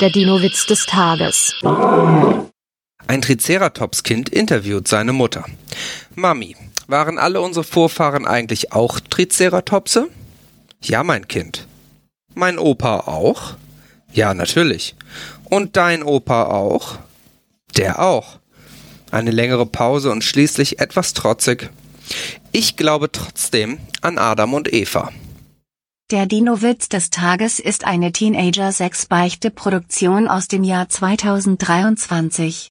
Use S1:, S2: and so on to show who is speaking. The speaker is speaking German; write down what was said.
S1: Der Dino-Witz des Tages.
S2: Ein Triceratops-Kind interviewt seine Mutter. Mami, waren alle unsere Vorfahren eigentlich auch Triceratopse? Ja, mein Kind. Mein Opa auch? Ja, natürlich. Und dein Opa auch? Der auch. Eine längere Pause und schließlich etwas trotzig. Ich glaube trotzdem an Adam und Eva.
S3: Der Dino-Witz des Tages ist eine Teenager-6-Beichte-Produktion aus dem Jahr 2023.